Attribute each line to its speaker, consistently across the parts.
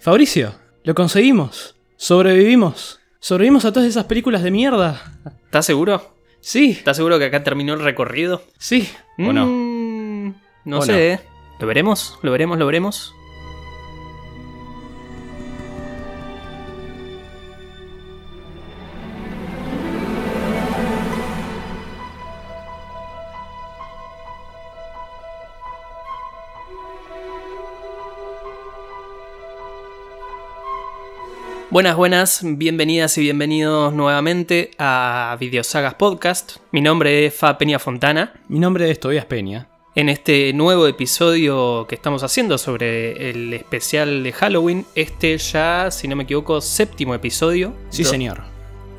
Speaker 1: Fabricio, lo conseguimos. Sobrevivimos. Sobrevivimos a todas esas películas de mierda.
Speaker 2: ¿Estás seguro?
Speaker 1: Sí,
Speaker 2: ¿Estás seguro que acá terminó el recorrido?
Speaker 1: sí.
Speaker 3: ¿O no?
Speaker 2: Mm, no
Speaker 3: ¿O
Speaker 2: sé,
Speaker 3: no?
Speaker 2: ¿eh? ¿Lo veremos? ¿Lo veremos? ¿Lo veremos? Buenas, buenas, bienvenidas y bienvenidos nuevamente a Videosagas Podcast. Mi nombre es Fa Peña Fontana.
Speaker 1: Mi nombre es Tobias Peña.
Speaker 2: En este nuevo episodio que estamos haciendo sobre el especial de Halloween, este ya, si no me equivoco, séptimo episodio.
Speaker 1: Sí,
Speaker 2: Do-
Speaker 1: señor.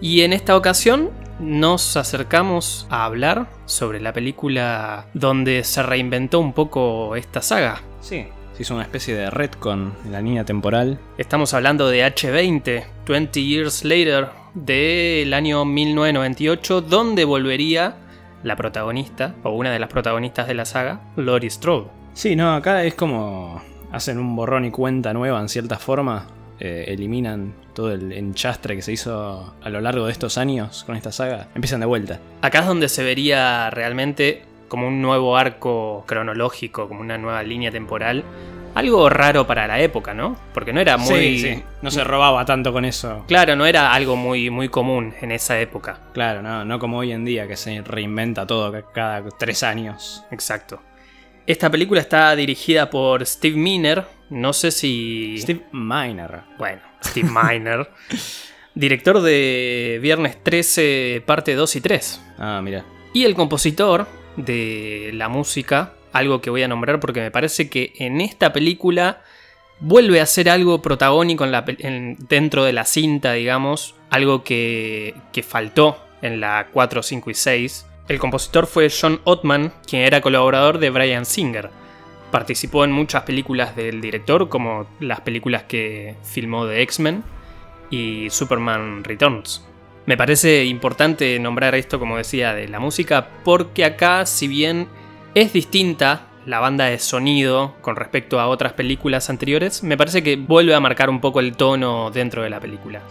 Speaker 2: Y en esta ocasión nos acercamos a hablar sobre la película donde se reinventó un poco esta saga.
Speaker 1: Sí. Se hizo una especie de red con la línea temporal.
Speaker 2: Estamos hablando de H20, 20 Years Later, del año 1998, donde volvería la protagonista, o una de las protagonistas de la saga, Lori Strode.
Speaker 1: Sí, no, acá es como hacen un borrón y cuenta nueva en cierta forma. Eh, eliminan todo el enchastre que se hizo a lo largo de estos años con esta saga. Empiezan de vuelta.
Speaker 2: Acá es donde se vería realmente como un nuevo arco cronológico, como una nueva línea temporal. Algo raro para la época, ¿no? Porque no era muy.
Speaker 1: No se robaba tanto con eso.
Speaker 2: Claro, no era algo muy, muy común en esa época.
Speaker 1: Claro, no, no como hoy en día que se reinventa todo ca- cada tres años.
Speaker 2: Exacto. Esta película está dirigida por Steve Miner. No sé si.
Speaker 1: Steve Miner.
Speaker 2: Bueno, Steve Miner. director de Viernes 13, parte 2 y 3.
Speaker 1: Ah, mira.
Speaker 2: Y el compositor de la música, algo que voy a nombrar porque me parece que en esta película vuelve a ser algo protagónico en la pel- en- dentro de la cinta, digamos, algo que, que faltó en la 4, 5 y 6. El compositor fue John Ottman, quien era colaborador de Brian Singer. Participó en muchas películas del director, como las películas que filmó de X-Men y Superman Returns. Me parece importante nombrar esto, como decía, de la música, porque acá, si bien es distinta la banda de sonido con respecto a otras películas anteriores, me parece que vuelve a marcar un poco el tono dentro de la película.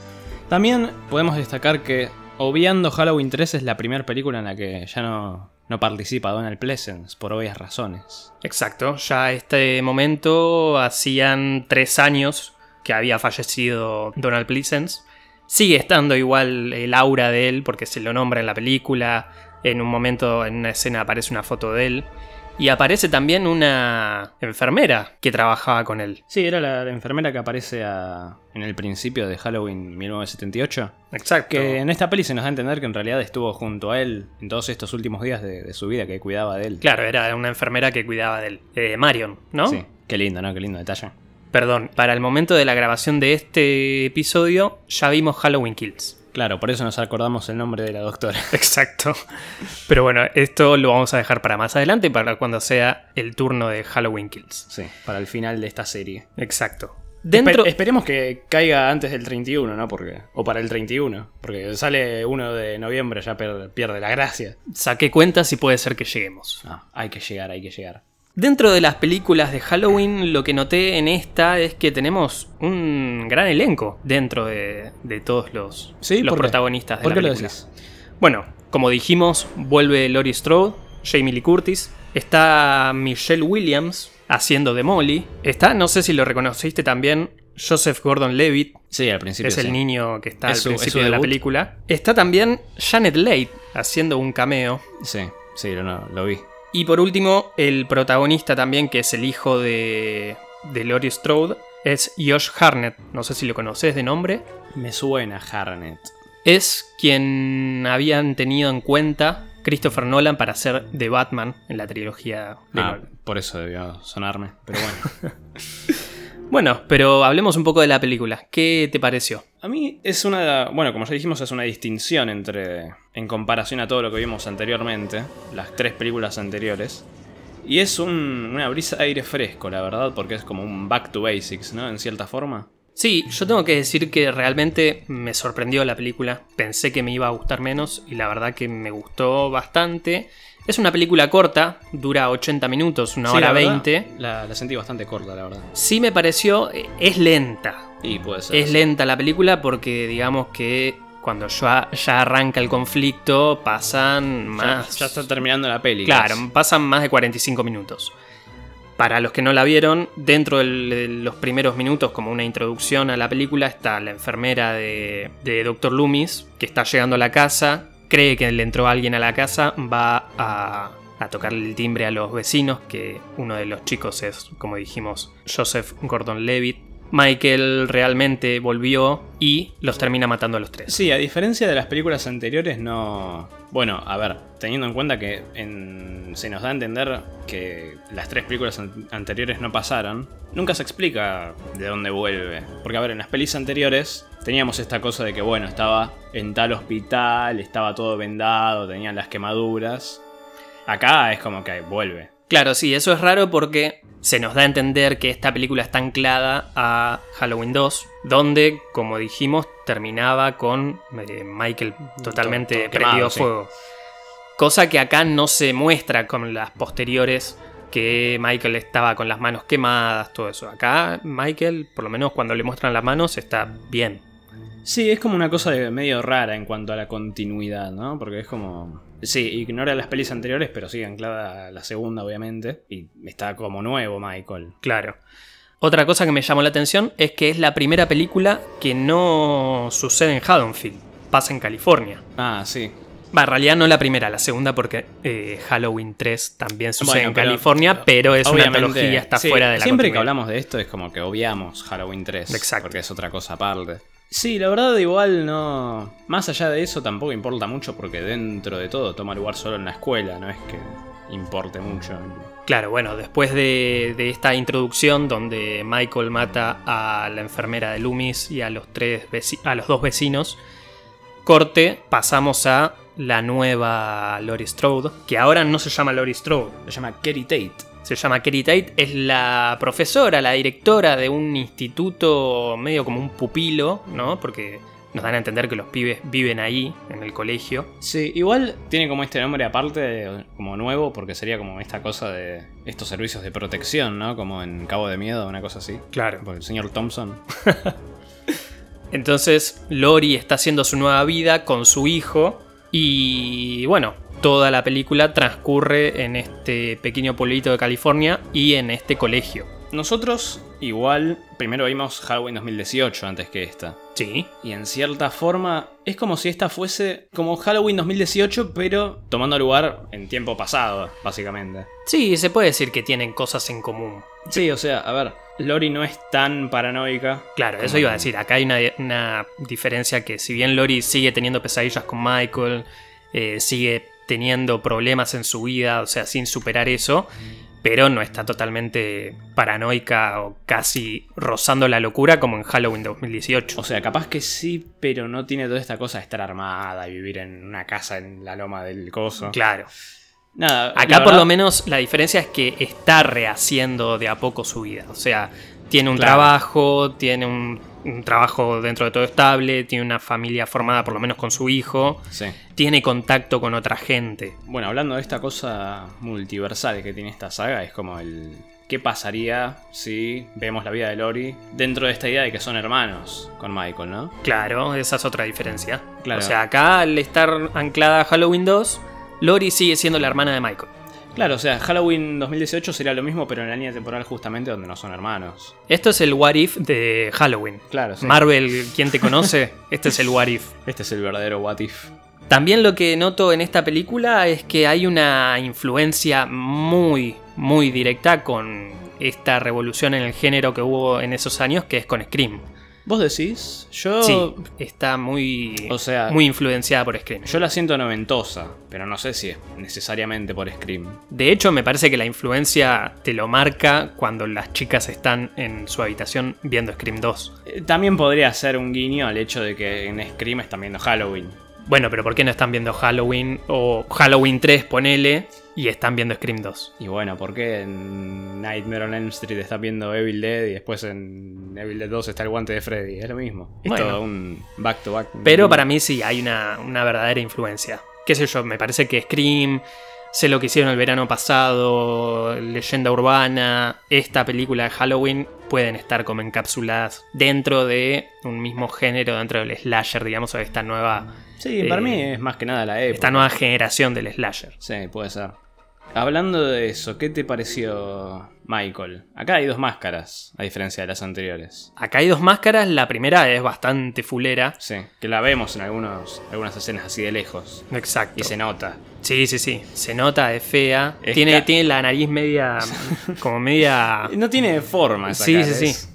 Speaker 1: También podemos destacar que, obviando Halloween 3, es la primera película en la que ya no, no participa Donald Pleasence, por obvias razones.
Speaker 2: Exacto, ya a este momento hacían tres años que había fallecido Donald Pleasence. Sigue estando igual el aura de él, porque se lo nombra en la película. En un momento, en una escena, aparece una foto de él. Y aparece también una enfermera que trabajaba con él.
Speaker 1: Sí, era la, la enfermera que aparece a- en el principio de Halloween 1978.
Speaker 2: Exacto.
Speaker 1: Que en esta peli se nos da a entender que en realidad estuvo junto a él en todos estos últimos días de, de su vida, que cuidaba de él.
Speaker 2: Claro, era una enfermera que cuidaba de él. Eh, Marion, ¿no?
Speaker 1: Sí. Qué lindo, ¿no? Qué lindo detalle.
Speaker 2: Perdón, para el momento de la grabación de este episodio ya vimos Halloween Kills.
Speaker 1: Claro, por eso nos acordamos el nombre de la doctora.
Speaker 2: Exacto. Pero bueno, esto lo vamos a dejar para más adelante, para cuando sea el turno de Halloween Kills.
Speaker 1: Sí, para el final de esta serie.
Speaker 2: Exacto. Dentro.
Speaker 1: Espe- esperemos que caiga antes del 31, ¿no? Porque, o para el 31. Porque sale 1 de noviembre, ya per- pierde la gracia.
Speaker 2: Saqué eh, cuentas y puede ser que lleguemos.
Speaker 1: No, hay que llegar, hay que llegar.
Speaker 2: Dentro de las películas de Halloween, lo que noté en esta es que tenemos un gran elenco dentro de, de todos los,
Speaker 1: Sí,
Speaker 2: los
Speaker 1: ¿por qué?
Speaker 2: protagonistas de
Speaker 1: ¿Por
Speaker 2: la
Speaker 1: qué lo
Speaker 2: película.
Speaker 1: decís?
Speaker 2: Bueno, como dijimos, vuelve Lori Strode, Jamie Lee Curtis, está Michelle Williams haciendo de Molly, está, no sé si lo reconociste también, Joseph Gordon-Levitt,
Speaker 1: Sí, al principio.
Speaker 2: es el
Speaker 1: sí.
Speaker 2: niño que está
Speaker 1: Es
Speaker 2: al
Speaker 1: su- es su
Speaker 2: principio de la
Speaker 1: debut.
Speaker 2: película. Está también Janet Leigh haciendo un cameo.
Speaker 1: Sí, sí, lo, no, lo vi.
Speaker 2: Y por último, el protagonista también, que es el hijo de, de Lori Strode, es Josh Harnett. No sé si lo conoces de nombre.
Speaker 1: Me suena Harnet.
Speaker 2: es quien habían tenido en cuenta Christopher Nolan para hacer de Batman en la trilogía de
Speaker 1: Ah,
Speaker 2: Nolan.
Speaker 1: por eso debió sonarme. Pero bueno.
Speaker 2: Bueno, pero hablemos un poco de la película. ¿Qué te pareció?
Speaker 1: A mí es una. Bueno, como ya dijimos, es una distinción entre. En comparación a todo lo que vimos anteriormente, las tres películas anteriores. Y es un- una brisa de aire fresco, la verdad, porque es como un back to basics, ¿no? En cierta forma.
Speaker 2: Sí, yo tengo que decir que realmente me sorprendió la película. Pensé que me iba a gustar menos y la verdad que me gustó bastante. Es una película corta, dura 80 minutos, una
Speaker 1: Sí,
Speaker 2: hora
Speaker 1: la verdad,
Speaker 2: 20.
Speaker 1: La, la sentí bastante corta, la verdad.
Speaker 2: Sí me pareció, eh, es lenta,
Speaker 1: Y puede ser.
Speaker 2: Es
Speaker 1: sí.
Speaker 2: lenta la película porque digamos que cuando ya, ya arranca el conflicto pasan
Speaker 1: Ya-
Speaker 2: más...
Speaker 1: Ya, está terminando la peli.
Speaker 2: claro,
Speaker 1: casi.
Speaker 2: pasan más de 45 minutos. Para los que no la vieron, dentro del- de los primeros minutos, como una introducción a la película, está la enfermera de, de Dr. Loomis, que está llegando a la casa, cree que le entró alguien a la casa, va a, a tocarle el timbre a los vecinos, que uno de los chicos es, como dijimos, Joseph Gordon Levitt. Michael realmente volvió y los termina matando a los tres.
Speaker 1: Sí, a diferencia de las películas anteriores, no. Bueno, a ver, teniendo en cuenta que en- se nos da a entender que las tres películas an- anteriores no pasaron, nunca se explica de dónde vuelve. Porque, a ver, en las pelis anteriores teníamos esta cosa de que, bueno, estaba en tal hospital, estaba todo vendado, tenían las quemaduras. Acá es como que vuelve.
Speaker 2: Claro, sí, eso es raro porque se nos da a entender que esta película está anclada a Halloween 2, donde, como dijimos, terminaba con eh, Michael totalmente
Speaker 1: Todo- todo
Speaker 2: prendido
Speaker 1: quemado,
Speaker 2: a
Speaker 1: sí.
Speaker 2: fuego. Cosa que acá no se muestra con las posteriores, que Michael estaba con las manos quemadas, todo eso. Acá Michael, por lo menos cuando le muestran las manos, está bien.
Speaker 1: Sí, es como una cosa de medio rara en cuanto a la continuidad, ¿no? Porque es como. Sí, ignora las pelis anteriores, pero sigue anclada a la segunda, obviamente. Y está como nuevo Michael.
Speaker 2: Claro. Otra cosa que me llamó la atención es que es la primera película que no sucede en Haddonfield, pasa en California.
Speaker 1: Ah, sí.
Speaker 2: Va, en realidad no la primera, la segunda porque eh, Halloween 3 también sucede
Speaker 1: Bueno,
Speaker 2: en
Speaker 1: pero-
Speaker 2: California, pero es una antología, está
Speaker 1: sí,
Speaker 2: fuera de la
Speaker 1: Siempre que
Speaker 2: continuidad.
Speaker 1: hablamos de esto es como que obviamos Halloween 3.
Speaker 2: Exacto.
Speaker 1: Porque es otra cosa aparte. Sí, la verdad, igual no. Más allá de eso, tampoco importa mucho porque dentro de todo toma lugar solo en la escuela, no es que importe mucho.
Speaker 2: Claro, bueno, después de, de esta introducción donde Michael mata a la enfermera de Loomis y a los, tres veci- a los dos vecinos, corte, pasamos a la nueva Lori Strode, que ahora no se llama Lori Strode,
Speaker 1: Lo llama Kerry Tate.
Speaker 2: Se llama Kerry Tate, es la profesora, la directora de un instituto medio como un pupilo, ¿no? Porque nos dan a entender que los pibes viven ahí, en el colegio.
Speaker 1: Sí, igual tiene como este nombre aparte, como nuevo, porque sería como esta cosa de estos servicios de protección, ¿no? Como en Cabo de Miedo, una cosa así.
Speaker 2: Claro.
Speaker 1: Por el señor Thompson.
Speaker 2: Entonces Lori está haciendo su nueva vida con su hijo y bueno, toda la película transcurre en este pequeño pueblito de California y en este colegio.
Speaker 1: Nosotros, igual, primero vimos Halloween 2018 antes que esta.
Speaker 2: Sí.
Speaker 1: Y en cierta forma, es como si esta fuese como Halloween 2018, pero tomando lugar en tiempo pasado, básicamente.
Speaker 2: Sí, se puede decir que tienen cosas en común.
Speaker 1: Sí, o sea, a ver, Lori no es tan paranoica.
Speaker 2: Claro, eso
Speaker 1: Como-
Speaker 2: iba a decir. Acá hay una, una diferencia que si bien Lori sigue teniendo pesadillas con Michael, eh, sigue teniendo problemas en su vida, o sea, sin superar eso, pero no está totalmente paranoica o casi rozando la locura como en Halloween 2018.
Speaker 1: O sea, capaz que sí, pero no tiene toda esta cosa de estar armada y vivir en una casa en la loma del coso.
Speaker 2: Claro.
Speaker 1: Nada,
Speaker 2: Acá por lo menos la diferencia es que está rehaciendo de a poco su vida. O sea, tiene un
Speaker 1: Claro.
Speaker 2: trabajo, tiene un, un trabajo dentro de todo estable, tiene una familia formada por lo menos con su hijo.
Speaker 1: Sí.
Speaker 2: tiene contacto con otra gente.
Speaker 1: Bueno, hablando de esta cosa multiversal que tiene esta saga, es como el. ¿Qué pasaría si vemos la vida de Lori dentro de esta idea de que son hermanos con Michael, no?
Speaker 2: Claro, esa es otra diferencia.
Speaker 1: Claro.
Speaker 2: O sea, acá al estar anclada a Halloween 2, Lori sigue siendo la hermana de Michael.
Speaker 1: Claro, o sea, Halloween 2018 sería lo mismo, pero en la línea temporal justamente donde no son hermanos.
Speaker 2: Esto es el what if de Halloween.
Speaker 1: Claro, sí.
Speaker 2: Marvel, ¿quién te conoce? este es el what if.
Speaker 1: este es el verdadero what if.
Speaker 2: También lo que noto en esta película es que hay una influencia muy, muy directa con esta revolución en el género que hubo en esos años, que es con Scream.
Speaker 1: ¿Vos decís? Yo.
Speaker 2: Sí, está muy,
Speaker 1: Oh. O sea,
Speaker 2: muy influenciada por Scream.
Speaker 1: yo la siento noventosa, pero no sé si es necesariamente por Scream.
Speaker 2: De hecho, me parece que la influencia te lo marca cuando las chicas están en su habitación viendo Scream 2.
Speaker 1: Eh, También podría ser un guiño al hecho de que en Scream están viendo Halloween.
Speaker 2: Bueno, pero ¿por qué no están viendo Halloween o Halloween 3, ponele? y están viendo Scream 2.
Speaker 1: Y bueno, ¿por qué en Nightmare on Elm Street está viendo Evil Dead y después en Evil Dead 2 está el guante de Freddy? Es lo mismo. Es
Speaker 2: Bueno.
Speaker 1: todo un back to back.
Speaker 2: Pero para mí sí hay una, una verdadera influencia. Qué sé yo, me parece que Scream, sé lo que hicieron el verano pasado, Leyenda Urbana, esta película de Halloween pueden estar como encapsuladas dentro de un mismo género, dentro del slasher, digamos, o de esta nueva,
Speaker 1: Sí,
Speaker 2: eh,
Speaker 1: para mí es más que nada la época.
Speaker 2: esta nueva generación del slasher.
Speaker 1: Sí, puede ser. Hablando de eso, ¿qué te pareció Michael? Acá hay dos máscaras, a diferencia de las anteriores.
Speaker 2: Acá hay dos máscaras, la primera es bastante fulera.
Speaker 1: Sí, que la vemos en algunos, algunas escenas así de lejos.
Speaker 2: Exacto.
Speaker 1: Y se nota.
Speaker 2: Sí, sí, sí. Se nota, es fea.
Speaker 1: Es
Speaker 2: tiene,
Speaker 1: ca-
Speaker 2: tiene la nariz media. como media.
Speaker 1: No tiene forma esa
Speaker 2: Ah. Sí,
Speaker 1: cara,
Speaker 2: sí,
Speaker 1: es-
Speaker 2: sí.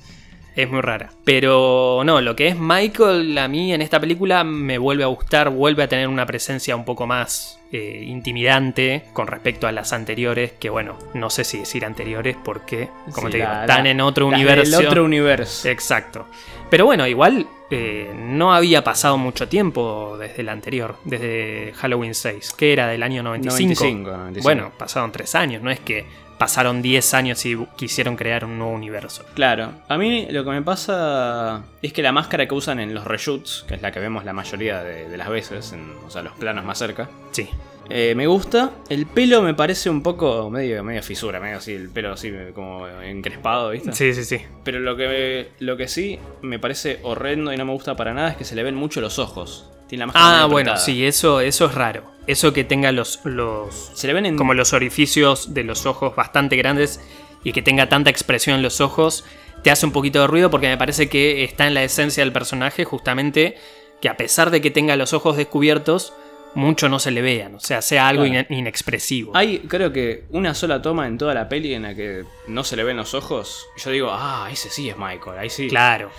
Speaker 2: Es muy rara. Pero no, lo que es Michael a mí en esta película me vuelve a gustar, vuelve a tener una presencia un poco más eh, intimidante con respecto a las anteriores, que bueno, no sé si decir anteriores porque, como
Speaker 1: Sí,
Speaker 2: te digo,
Speaker 1: la-
Speaker 2: están
Speaker 1: la-
Speaker 2: en otro
Speaker 1: las
Speaker 2: universo.
Speaker 1: del otro universo. Eh,
Speaker 2: Exacto. Pero bueno, igual eh, no había pasado mucho tiempo desde el anterior, desde Halloween 6, que era del año 95.
Speaker 1: 95, 95.
Speaker 2: Bueno, pasaron tres años, no es que pasaron 10 años y quisieron crear un nuevo universo.
Speaker 1: Claro, a mí lo que me pasa es que la máscara que usan en los reshoots, que es la que vemos la mayoría de, de las veces, en, o sea, los planos más cerca,
Speaker 2: Sí.
Speaker 1: eh, me gusta. El pelo me parece un poco medio, medio fisura, medio así, el pelo así eh, como encrespado, ¿viste?
Speaker 2: Sí, sí, sí.
Speaker 1: Pero lo que, lo que sí me parece horrendo y no me gusta para nada es que se le ven mucho los ojos. Tiene la máscara
Speaker 2: Ah,
Speaker 1: medio
Speaker 2: bueno,
Speaker 1: apretada.
Speaker 2: sí, eso, eso es raro. Eso que tenga los, los.
Speaker 1: Se le ven en...
Speaker 2: como los orificios de los ojos bastante grandes y que tenga tanta expresión en los ojos, te hace un poquito de ruido porque me parece que está en la esencia del personaje, justamente, que a pesar de que tenga los ojos descubiertos, mucho no se le vean. O sea, sea algo
Speaker 1: Claro.
Speaker 2: ine- inexpresivo.
Speaker 1: Hay, creo que, una sola toma en toda la peli en la que no se le ven los ojos. Yo digo, ah, ese sí es Michael, ahí sí.
Speaker 2: Claro.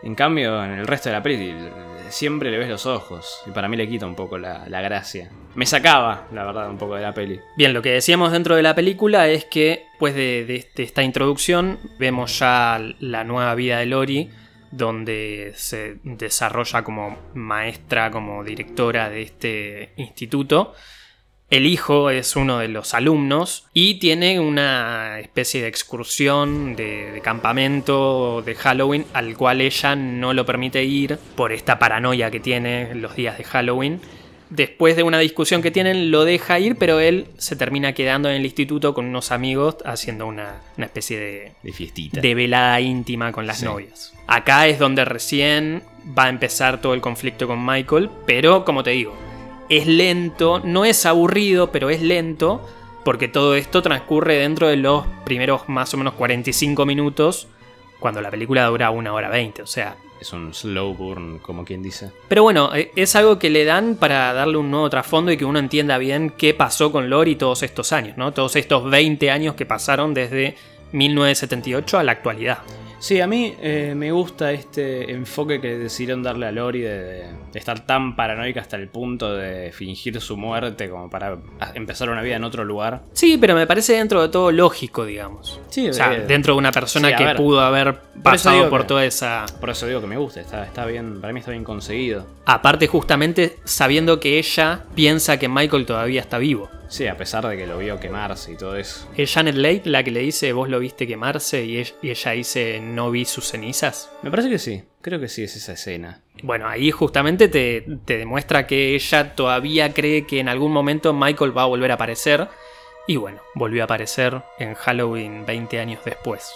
Speaker 1: En cambio, en el resto de la peli eh, siempre le ves los ojos. Y para mí le quita un poco la, la gracia. Me sacaba, la verdad, un poco de la peli.
Speaker 2: Bien, lo que decíamos dentro de la película es que después de, de este- esta introducción vemos ya la nueva vida de Lori, donde se desarrolla como maestra, como directora de este instituto. El hijo es uno de los alumnos y tiene una especie de excursión de, de campamento de Halloween al cual ella no lo permite ir por esta paranoia que tiene los días de Halloween. Después de una discusión que tienen, lo deja ir, pero él se termina quedando en el instituto con unos amigos haciendo una, una especie de,
Speaker 1: De fiestita.
Speaker 2: de velada íntima con las
Speaker 1: Sí.
Speaker 2: novias. Acá es donde recién va a empezar todo el conflicto con Michael, pero como te digo, es lento, no es aburrido, pero es lento, porque todo esto transcurre dentro de los primeros más o menos 45 minutos, cuando la película dura una hora 20, o sea...
Speaker 1: Es un slow burn, como quien dice.
Speaker 2: Pero bueno, eh, es algo que le dan para darle un nuevo trasfondo y que uno entienda bien qué pasó con Lori todos estos años, ¿no? Todos estos 20 años que pasaron desde 1978 a la actualidad.
Speaker 1: Sí, a mí eh, me gusta este enfoque que decidieron darle a Lori de, de estar tan paranoica hasta el punto de fingir su muerte como para a- empezar una vida en otro lugar.
Speaker 2: Sí, pero me parece dentro de todo lógico, digamos.
Speaker 1: Sí,
Speaker 2: O sea,
Speaker 1: eh,
Speaker 2: dentro de una persona
Speaker 1: sí, a
Speaker 2: que
Speaker 1: ver.
Speaker 2: pudo haber
Speaker 1: eso
Speaker 2: pasado
Speaker 1: digo
Speaker 2: por
Speaker 1: que-
Speaker 2: toda esa...
Speaker 1: Por eso digo que me gusta, está, está bien, para mí está bien conseguido.
Speaker 2: Aparte justamente sabiendo que ella piensa que Michael todavía está vivo.
Speaker 1: Sí, a pesar de que lo vio quemarse y todo eso.
Speaker 2: Es Janet Leigh la que le dice, vos lo viste quemarse y ella, y ella dice, no vi sus cenizas.
Speaker 1: Me parece que sí, creo que sí es esa escena.
Speaker 2: Bueno, ahí justamente te, te demuestra que ella todavía cree que en algún momento Michael va a volver a aparecer. Y bueno, volvió a aparecer en Halloween 20 años después.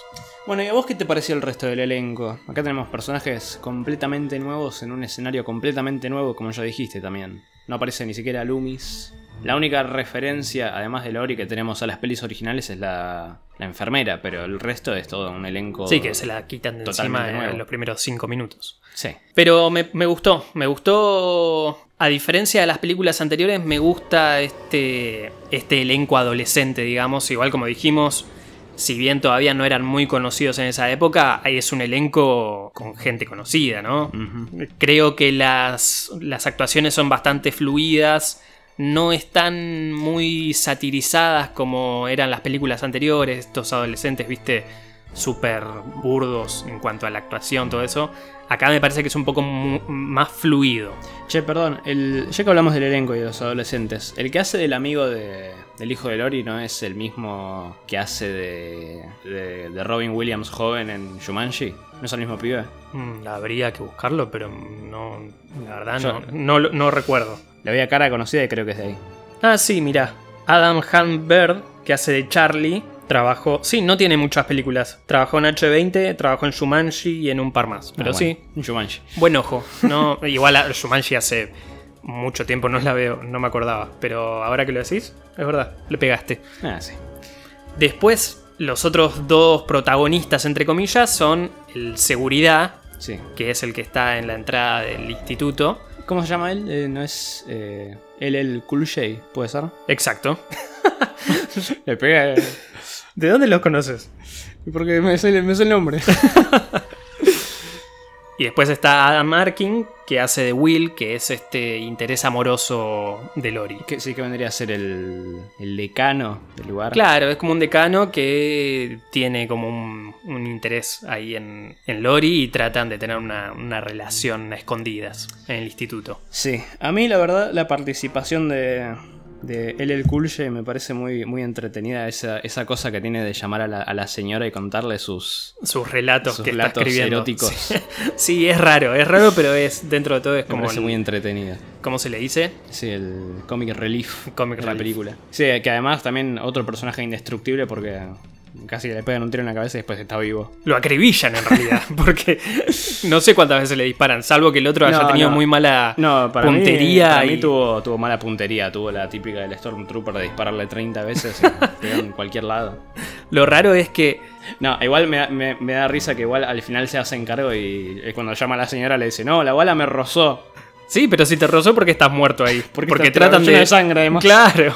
Speaker 1: Bueno, ¿y a vos qué te pareció el resto del elenco? Acá tenemos personajes completamente nuevos en un escenario completamente nuevo, como ya dijiste también. No aparece ni siquiera Loomis. La única referencia, además de Lori, que tenemos a las pelis originales es la, la enfermera, pero el resto es todo un elenco.
Speaker 2: Sí, que se la quitan de encima
Speaker 1: Totalmente
Speaker 2: en
Speaker 1: nuevo.
Speaker 2: los primeros 5 minutos.
Speaker 1: Sí.
Speaker 2: Pero me, me gustó, me gustó. A diferencia de las películas anteriores, me gusta este, este elenco adolescente, digamos. Igual como dijimos, si bien todavía no eran muy conocidos en esa época, ahí es un elenco con gente conocida, ¿no?
Speaker 1: Ujú.
Speaker 2: Creo que las, las actuaciones son bastante fluidas, no están muy satirizadas como eran las películas anteriores, estos adolescentes, viste, súper burdos en cuanto a la actuación, todo eso. Acá me parece que es un poco mu- más fluido.
Speaker 1: Che, perdón, el, ya que hablamos del elenco y de los adolescentes, el que hace del amigo de, el hijo de Lori no es el mismo que hace de, de, de Robin Williams joven en Shumanji. ¿No es el mismo pibe?
Speaker 2: Mm, Habría que buscarlo, pero no. La verdad, no, no, lo- no recuerdo.
Speaker 1: Le veía cara conocida y creo que es de ahí.
Speaker 2: Ah, sí, mirá. Adam Hanbird, que hace de Charlie, trabajó. Sí, no tiene muchas películas. Trabajó en H20, trabajó en Shumanji y en un par más. Pero
Speaker 1: Ah, bueno,
Speaker 2: sí,
Speaker 1: un Shumanji.
Speaker 2: Buen ojo. No, igual a Shumanji hace mucho tiempo no la veo, no me acordaba. Pero ahora que lo decís, es verdad, le pegaste.
Speaker 1: Ah, sí.
Speaker 2: Después, los otros dos protagonistas, entre comillas, son el seguridad,
Speaker 1: Sí.
Speaker 2: que es el que está en la entrada del instituto.
Speaker 1: ¿Cómo se llama él? Eh, no es. Eh, él, el Cool J, ¿puede ser?
Speaker 2: Exacto.
Speaker 1: Le pega. eh,
Speaker 2: ¿De dónde los conoces?
Speaker 1: Porque me sé, me sé el nombre.
Speaker 2: Y después está Adam Arkin, que hace de Will, que es este interés amoroso de Lori.
Speaker 1: que, sí, que vendría a ser el, el decano del lugar.
Speaker 2: Claro, es como un decano que tiene como un, un interés ahí en, en Lori y tratan de tener una, una relación a escondidas en el instituto.
Speaker 1: Sí, a mí la verdad la participación de, de LL Cool J me parece muy, muy entretenida esa, esa cosa que tiene de llamar a la, a la señora y contarle sus...
Speaker 2: Sus relatos
Speaker 1: Sus
Speaker 2: que
Speaker 1: relatos
Speaker 2: está escribiendo.
Speaker 1: eróticos.
Speaker 2: Sí, Sí, es raro, es raro, pero es dentro de todo es
Speaker 1: Me
Speaker 2: como
Speaker 1: parece
Speaker 2: el-
Speaker 1: muy entretenida.
Speaker 2: ¿cómo se le dice?
Speaker 1: Sí, el comic relief
Speaker 2: Comic
Speaker 1: de la
Speaker 2: relief.
Speaker 1: película. Sí, que además también otro personaje indestructible porque casi le pegan un tiro en la cabeza y después está vivo.
Speaker 2: Lo acribillan en realidad, porque no sé cuántas veces le disparan, salvo que el otro haya
Speaker 1: No,
Speaker 2: tenido
Speaker 1: no.
Speaker 2: muy mala
Speaker 1: No, para
Speaker 2: puntería
Speaker 1: mí, para mí
Speaker 2: y-
Speaker 1: tuvo, tuvo mala puntería, tuvo la típica del Stormtrooper de dispararle 30 veces y pegar en cualquier lado.
Speaker 2: Lo raro es que
Speaker 1: No, igual me, da- me- me da risa que igual al final se hacen cargo y eh, cuando llama a la señora le dice, no, la bala me rozó.
Speaker 2: Sí, pero si te rozó porque estás muerto ahí.
Speaker 1: Porque
Speaker 2: Porque,
Speaker 1: está
Speaker 2: tratan
Speaker 1: lleno
Speaker 2: de...
Speaker 1: de sangre, además.
Speaker 2: Claro.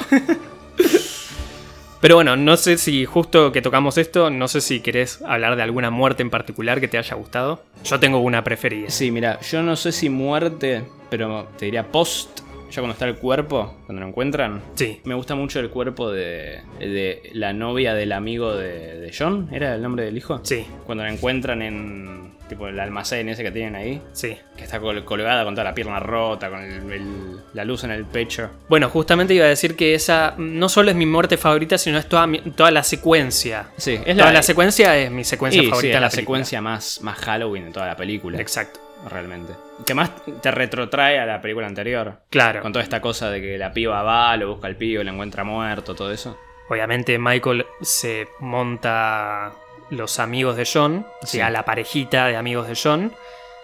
Speaker 2: pero bueno, no sé si justo que tocamos esto, no sé si querés hablar de alguna muerte en particular que te haya gustado. Yo tengo una preferida.
Speaker 1: Sí, mira, yo no sé si muerte, pero te diría post, ya cuando está el cuerpo, cuando lo encuentran.
Speaker 2: Sí.
Speaker 1: Me gusta mucho el cuerpo de, de la novia del amigo de, de John, ¿era el nombre del hijo?
Speaker 2: Sí,
Speaker 1: Cuando lo encuentran en tipo el almacén ese que tienen ahí,
Speaker 2: sí.
Speaker 1: que está col- colgada con toda la pierna rota, con el- el- la luz en el pecho.
Speaker 2: Bueno, justamente iba a decir que esa no solo es mi muerte favorita, sino es toda, mi- toda la secuencia.
Speaker 1: Sí, es
Speaker 2: toda la secuencia es mi secuencia
Speaker 1: Y sí,
Speaker 2: favorita
Speaker 1: es
Speaker 2: de
Speaker 1: la
Speaker 2: la película.
Speaker 1: secuencia más, más Halloween de toda la película.
Speaker 2: Exacto.
Speaker 1: Realmente. Que más te retrotrae a la película anterior.
Speaker 2: Claro.
Speaker 1: Con toda esta cosa de que la piba va, lo busca el pibe, lo encuentra muerto, todo eso.
Speaker 2: Obviamente Michael se monta los amigos de John, o
Speaker 1: Sí.
Speaker 2: sea, la parejita de amigos de John.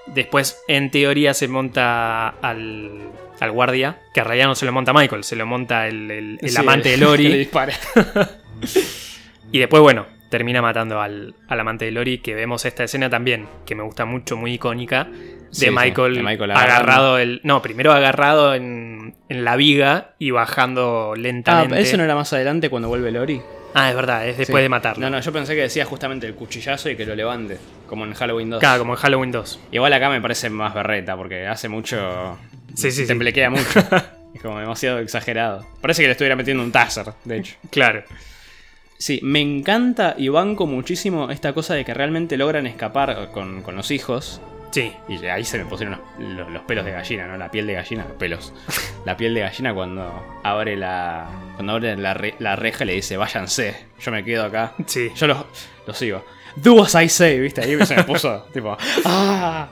Speaker 2: Después, en teoría, se monta al, al guardia, que en realidad no se lo monta Michael, se lo monta el, el- el
Speaker 1: Sí,
Speaker 2: amante de
Speaker 1: que le
Speaker 2: Lori.
Speaker 1: dispara.
Speaker 2: y después, bueno, termina matando al, al amante de Lori, que vemos esta escena también, que me gusta mucho, muy icónica, de
Speaker 1: Sí, sí,
Speaker 2: Michael,
Speaker 1: de Michael agarrando.
Speaker 2: agarrado, el, no, primero agarrado en, en la viga y bajando
Speaker 1: Ah,
Speaker 2: lentamente.
Speaker 1: eso no era más adelante cuando vuelve Lori.
Speaker 2: Ah, es verdad, es después
Speaker 1: Sí.
Speaker 2: de matarlo.
Speaker 1: No, no, yo pensé que decía justamente el cuchillazo y que lo levante. Como en Halloween 2.
Speaker 2: Claro, como en Halloween 2.
Speaker 1: Igual acá me parece más berreta, porque hace mucho.
Speaker 2: Sí, sí, sí.
Speaker 1: Temblequea mucho. es como demasiado exagerado. Parece que le estuviera metiendo un taser, de hecho.
Speaker 2: Claro.
Speaker 1: Sí, me encanta y banco muchísimo esta cosa de que realmente logran escapar con, con los hijos.
Speaker 2: Sí.
Speaker 1: Y ahí se me pusieron los, los- los pelos de gallina, ¿no? La piel de gallina, los pelos. La piel de gallina cuando abre la. Cuando abre la, re- la reja y le dice, váyanse, yo me quedo acá.
Speaker 2: Sí.
Speaker 1: Yo los, los sigo. Do as I say, viste, ahí se me puso tipo. ¡Ah!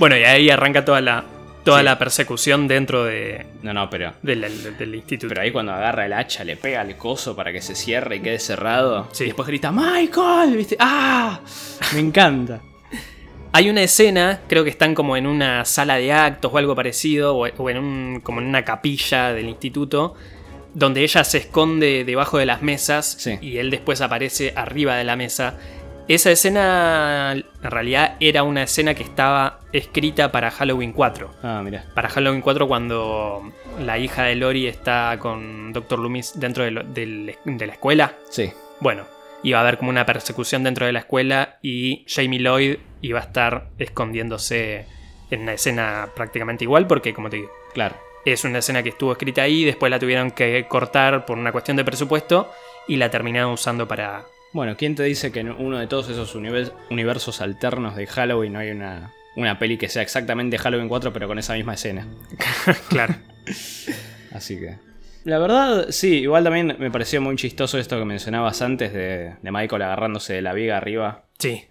Speaker 2: Bueno, y ahí arranca toda la, toda
Speaker 1: Sí.
Speaker 2: la persecución dentro de,
Speaker 1: No, no, pero.
Speaker 2: del- del- del instituto.
Speaker 1: Pero ahí cuando agarra el hacha, le pega el coso para que se cierre y quede cerrado.
Speaker 2: Sí.
Speaker 1: Y después grita, ¡Michael! ¿Viste? ¡Ah! Me encanta.
Speaker 2: Hay una escena, creo que están como en una sala de actos o algo parecido, o, o en un, como en una capilla del instituto, donde ella se esconde debajo de las mesas
Speaker 1: Sí.
Speaker 2: y él después aparece arriba de la mesa. Esa escena en realidad era una escena que estaba escrita para Halloween 4.
Speaker 1: Ah, mira.
Speaker 2: para Halloween 4 cuando la hija de Lori está con Dr. Loomis dentro de, lo- del- de la escuela.
Speaker 1: Sí.
Speaker 2: Bueno, iba a haber como una persecución dentro de la escuela y Jamie Lloyd iba a estar escondiéndose en una escena prácticamente igual porque, como te digo,
Speaker 1: Claro.
Speaker 2: es una escena que estuvo escrita ahí, después la tuvieron que cortar por una cuestión de presupuesto y la terminaron usando para...
Speaker 1: Bueno, ¿quién te dice que en uno de todos esos univer- universos alternos de Halloween no hay una, una peli que sea exactamente Halloween 4 pero con esa misma escena?
Speaker 2: claro.
Speaker 1: Así que... La verdad, sí, igual también me pareció muy chistoso esto que mencionabas antes de, de Michael agarrándose de la viga arriba.
Speaker 2: Sí.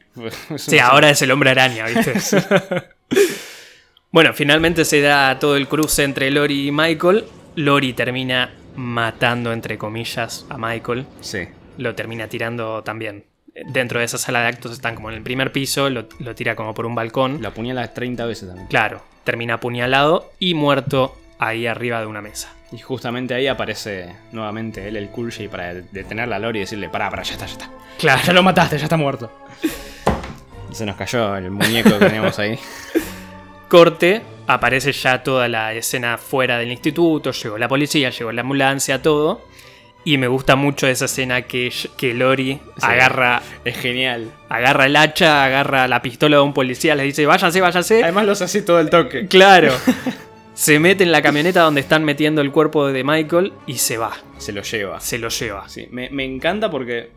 Speaker 2: Sí, ahora es el hombre araña, ¿viste? bueno, finalmente se da todo el cruce entre Lori y Michael. Lori termina matando, entre comillas, a Michael.
Speaker 1: Sí.
Speaker 2: Lo termina tirando también. Dentro de esa sala de actos están como en el primer piso, lo, lo tira como por un balcón.
Speaker 1: Lo apuñala 30 veces también.
Speaker 2: Claro, termina apuñalado y muerto ahí arriba de una mesa.
Speaker 1: Y justamente ahí aparece nuevamente él, el cool J, para detener a Lori y decirle: Pará, pará, ya está, ya está.
Speaker 2: Claro,
Speaker 1: Ya lo mataste, ya está muerto. Se nos cayó el muñeco que teníamos ahí.
Speaker 2: Corte, aparece ya toda la escena fuera del instituto, llegó la policía, llegó la ambulancia, todo. Y me gusta mucho esa escena que, que Lori agarra,
Speaker 1: Es genial.
Speaker 2: agarra el hacha, agarra la pistola de un policía, les dice, váyanse, váyanse.
Speaker 1: Además los hace todo el toque.
Speaker 2: Claro. se mete en la camioneta donde están metiendo el cuerpo de Michael y se va,
Speaker 1: Se lo lleva.
Speaker 2: se lo lleva.
Speaker 1: Sí, me, me encanta porque,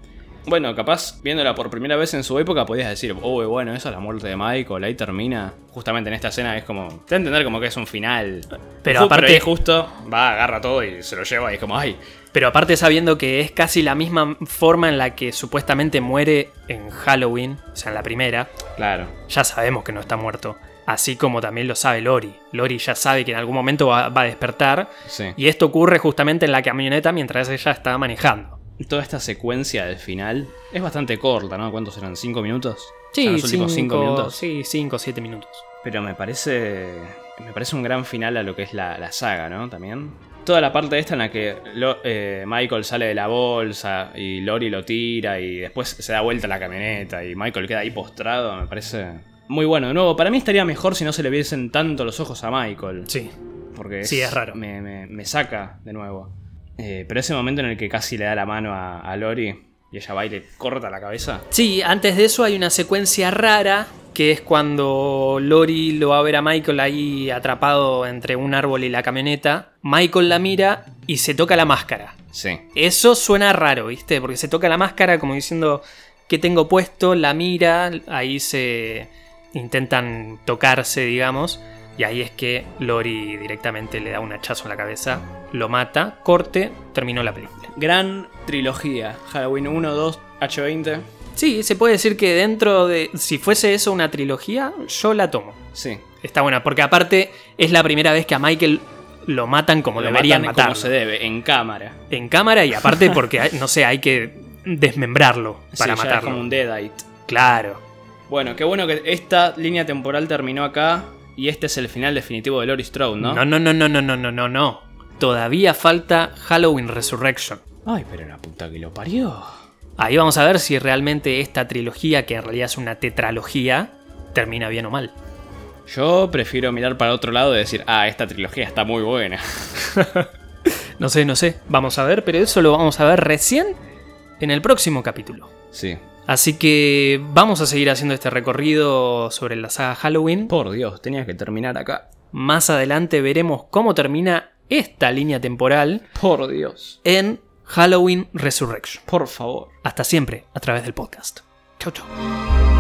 Speaker 1: bueno, capaz viéndola por primera vez en su época podías decir, uy, bueno, esa es la muerte de Michael, ahí termina. Justamente en esta escena es como, te da a entender como que es un final.
Speaker 2: Pero
Speaker 1: Ju-
Speaker 2: aparte-
Speaker 1: ahí justo va, agarra todo y se lo lleva y es como, ay,
Speaker 2: Pero aparte sabiendo que es casi la misma forma en la que supuestamente muere en Halloween, o sea, en la primera,
Speaker 1: claro.
Speaker 2: ya sabemos que no está muerto. Así como también lo sabe Lori. Lori ya sabe que en algún momento va, va a despertar.
Speaker 1: Sí.
Speaker 2: Y esto ocurre justamente en la camioneta mientras ella está manejando.
Speaker 1: Y toda esta secuencia del final es bastante corta, ¿no? ¿Cuántos eran? ¿Cinco minutos?
Speaker 2: Sí,
Speaker 1: O sea, los últimos cinco, minutos.
Speaker 2: Sí, cinco, siete minutos.
Speaker 1: Pero me parece. Me parece un gran final a lo que es la, la saga, ¿no? También. Toda la parte esta en la que Lo- eh, Michael sale de la bolsa y Lori lo tira y después se da vuelta la camioneta y Michael queda ahí postrado, me parece. Muy bueno, de nuevo, para mí estaría mejor si no se le viesen tanto los ojos a Michael.
Speaker 2: Sí.
Speaker 1: Porque
Speaker 2: Sí, es raro.
Speaker 1: Me, me- me saca de nuevo. Eh, pero ese momento en el que casi le da la mano a, a Lori y ella va y le corta la cabeza.
Speaker 2: Sí, antes de eso hay una secuencia rara que es cuando Lori lo va a ver a Michael ahí atrapado entre un árbol y la camioneta. Michael la mira y se toca la máscara.
Speaker 1: Sí.
Speaker 2: Eso suena raro, ¿viste? Porque se toca la máscara como diciendo que tengo puesto, la mira, ahí se intentan tocarse, digamos, y ahí es que Lori directamente le da un hachazo en la cabeza, lo mata, corte, terminó la película.
Speaker 1: Gran trilogía. Halloween 1, 2, H20.
Speaker 2: Sí, se puede decir que dentro de, si fuese eso una trilogía, yo la tomo.
Speaker 1: Sí.
Speaker 2: Está buena, porque aparte es la primera vez que a Michael lo matan como
Speaker 1: Lo
Speaker 2: deberían
Speaker 1: matan
Speaker 2: matar.
Speaker 1: Como se debe, en cámara.
Speaker 2: En cámara y aparte porque, hay- no sé, hay que desmembrarlo para
Speaker 1: Sí, ya es
Speaker 2: matarlo.
Speaker 1: como un Deadite.
Speaker 2: Claro.
Speaker 1: Bueno, qué bueno que esta línea temporal terminó acá. Y este es el final definitivo de Lori Strode, ¿no?
Speaker 2: No, no, no, no, no, no, no, no, no. Todavía falta Halloween Resurrection.
Speaker 1: Ay, pero la puta que lo parió.
Speaker 2: Ahí vamos a ver si realmente esta trilogía, que en realidad es una tetralogía, termina bien o mal.
Speaker 1: Yo prefiero mirar para otro lado y decir, ah, esta trilogía está muy buena.
Speaker 2: No sé, no sé. Vamos a ver, pero eso lo vamos a ver recién en el próximo capítulo.
Speaker 1: Sí.
Speaker 2: Así que vamos a seguir haciendo este recorrido sobre la saga Halloween.
Speaker 1: Por Dios, tenía que terminar acá.
Speaker 2: Más adelante veremos cómo termina esta línea temporal
Speaker 1: Por Dios.
Speaker 2: en Halloween Resurrection.
Speaker 1: Por favor.
Speaker 2: Hasta siempre a través del podcast. Chau, chau.